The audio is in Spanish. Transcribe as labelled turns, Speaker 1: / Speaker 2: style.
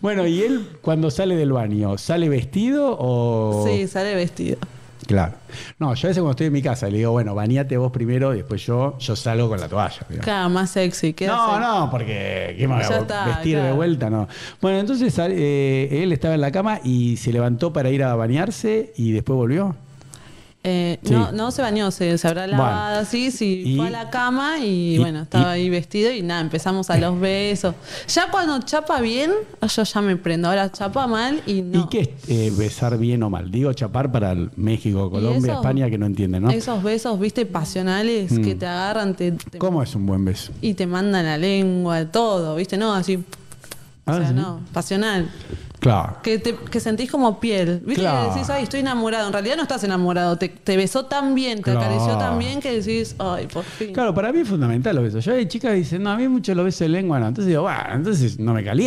Speaker 1: Bueno, ¿y él cuando sale del baño, sale vestido o...?
Speaker 2: Sí, sale vestido.
Speaker 1: Claro. No, yo a veces cuando estoy en mi casa le digo, bueno, bañate vos primero y después yo, yo salgo con la toalla. digamos.
Speaker 2: Claro, más sexy. queda
Speaker 1: No,
Speaker 2: sexy.
Speaker 1: no, porque ¿qué me voy a
Speaker 2: Ya está,
Speaker 1: vestir de
Speaker 2: claro.
Speaker 1: vuelta, no. Bueno, entonces sal- eh, él estaba en la cama y se levantó para ir a bañarse y después volvió.
Speaker 2: Eh,
Speaker 1: Sí.
Speaker 2: no, no se bañó, se, se habrá lavado
Speaker 1: Bueno.
Speaker 2: así, sí,
Speaker 1: Y-
Speaker 2: fue a la cama y,
Speaker 1: y-
Speaker 2: bueno, estaba
Speaker 1: y-
Speaker 2: ahí vestido y nada, empezamos a los besos. Ya cuando chapa bien, ah, yo ya me prendo, ahora chapa mal y no.
Speaker 1: ¿Y qué es eh, besar bien o mal? Digo chapar para el México, Colombia,
Speaker 2: esos-
Speaker 1: España, que no entienden, ¿no? Hmm.
Speaker 2: Esos besos, viste, pasionales que te agarran te- te-
Speaker 1: ¿Cómo es un buen beso?
Speaker 2: y te mandan la lengua, todo, viste, no, así, o
Speaker 1: Ah,
Speaker 2: sea,
Speaker 1: sí.
Speaker 2: no, pasional.
Speaker 1: Claro.
Speaker 2: Que, te- que sentís como piel. Viste
Speaker 1: Claro.
Speaker 2: que decís, ay, estoy enamorado. En realidad no estás enamorado. Te, te besó tan bien, te
Speaker 1: Claro.
Speaker 2: acarició tan bien que decís, ay, por fin.
Speaker 1: Claro, para mí es fundamental los besos. Yo hay chicas que dicen, no, a mí mucho los besos de lengua no. Entonces digo, bueno, entonces no me calienta.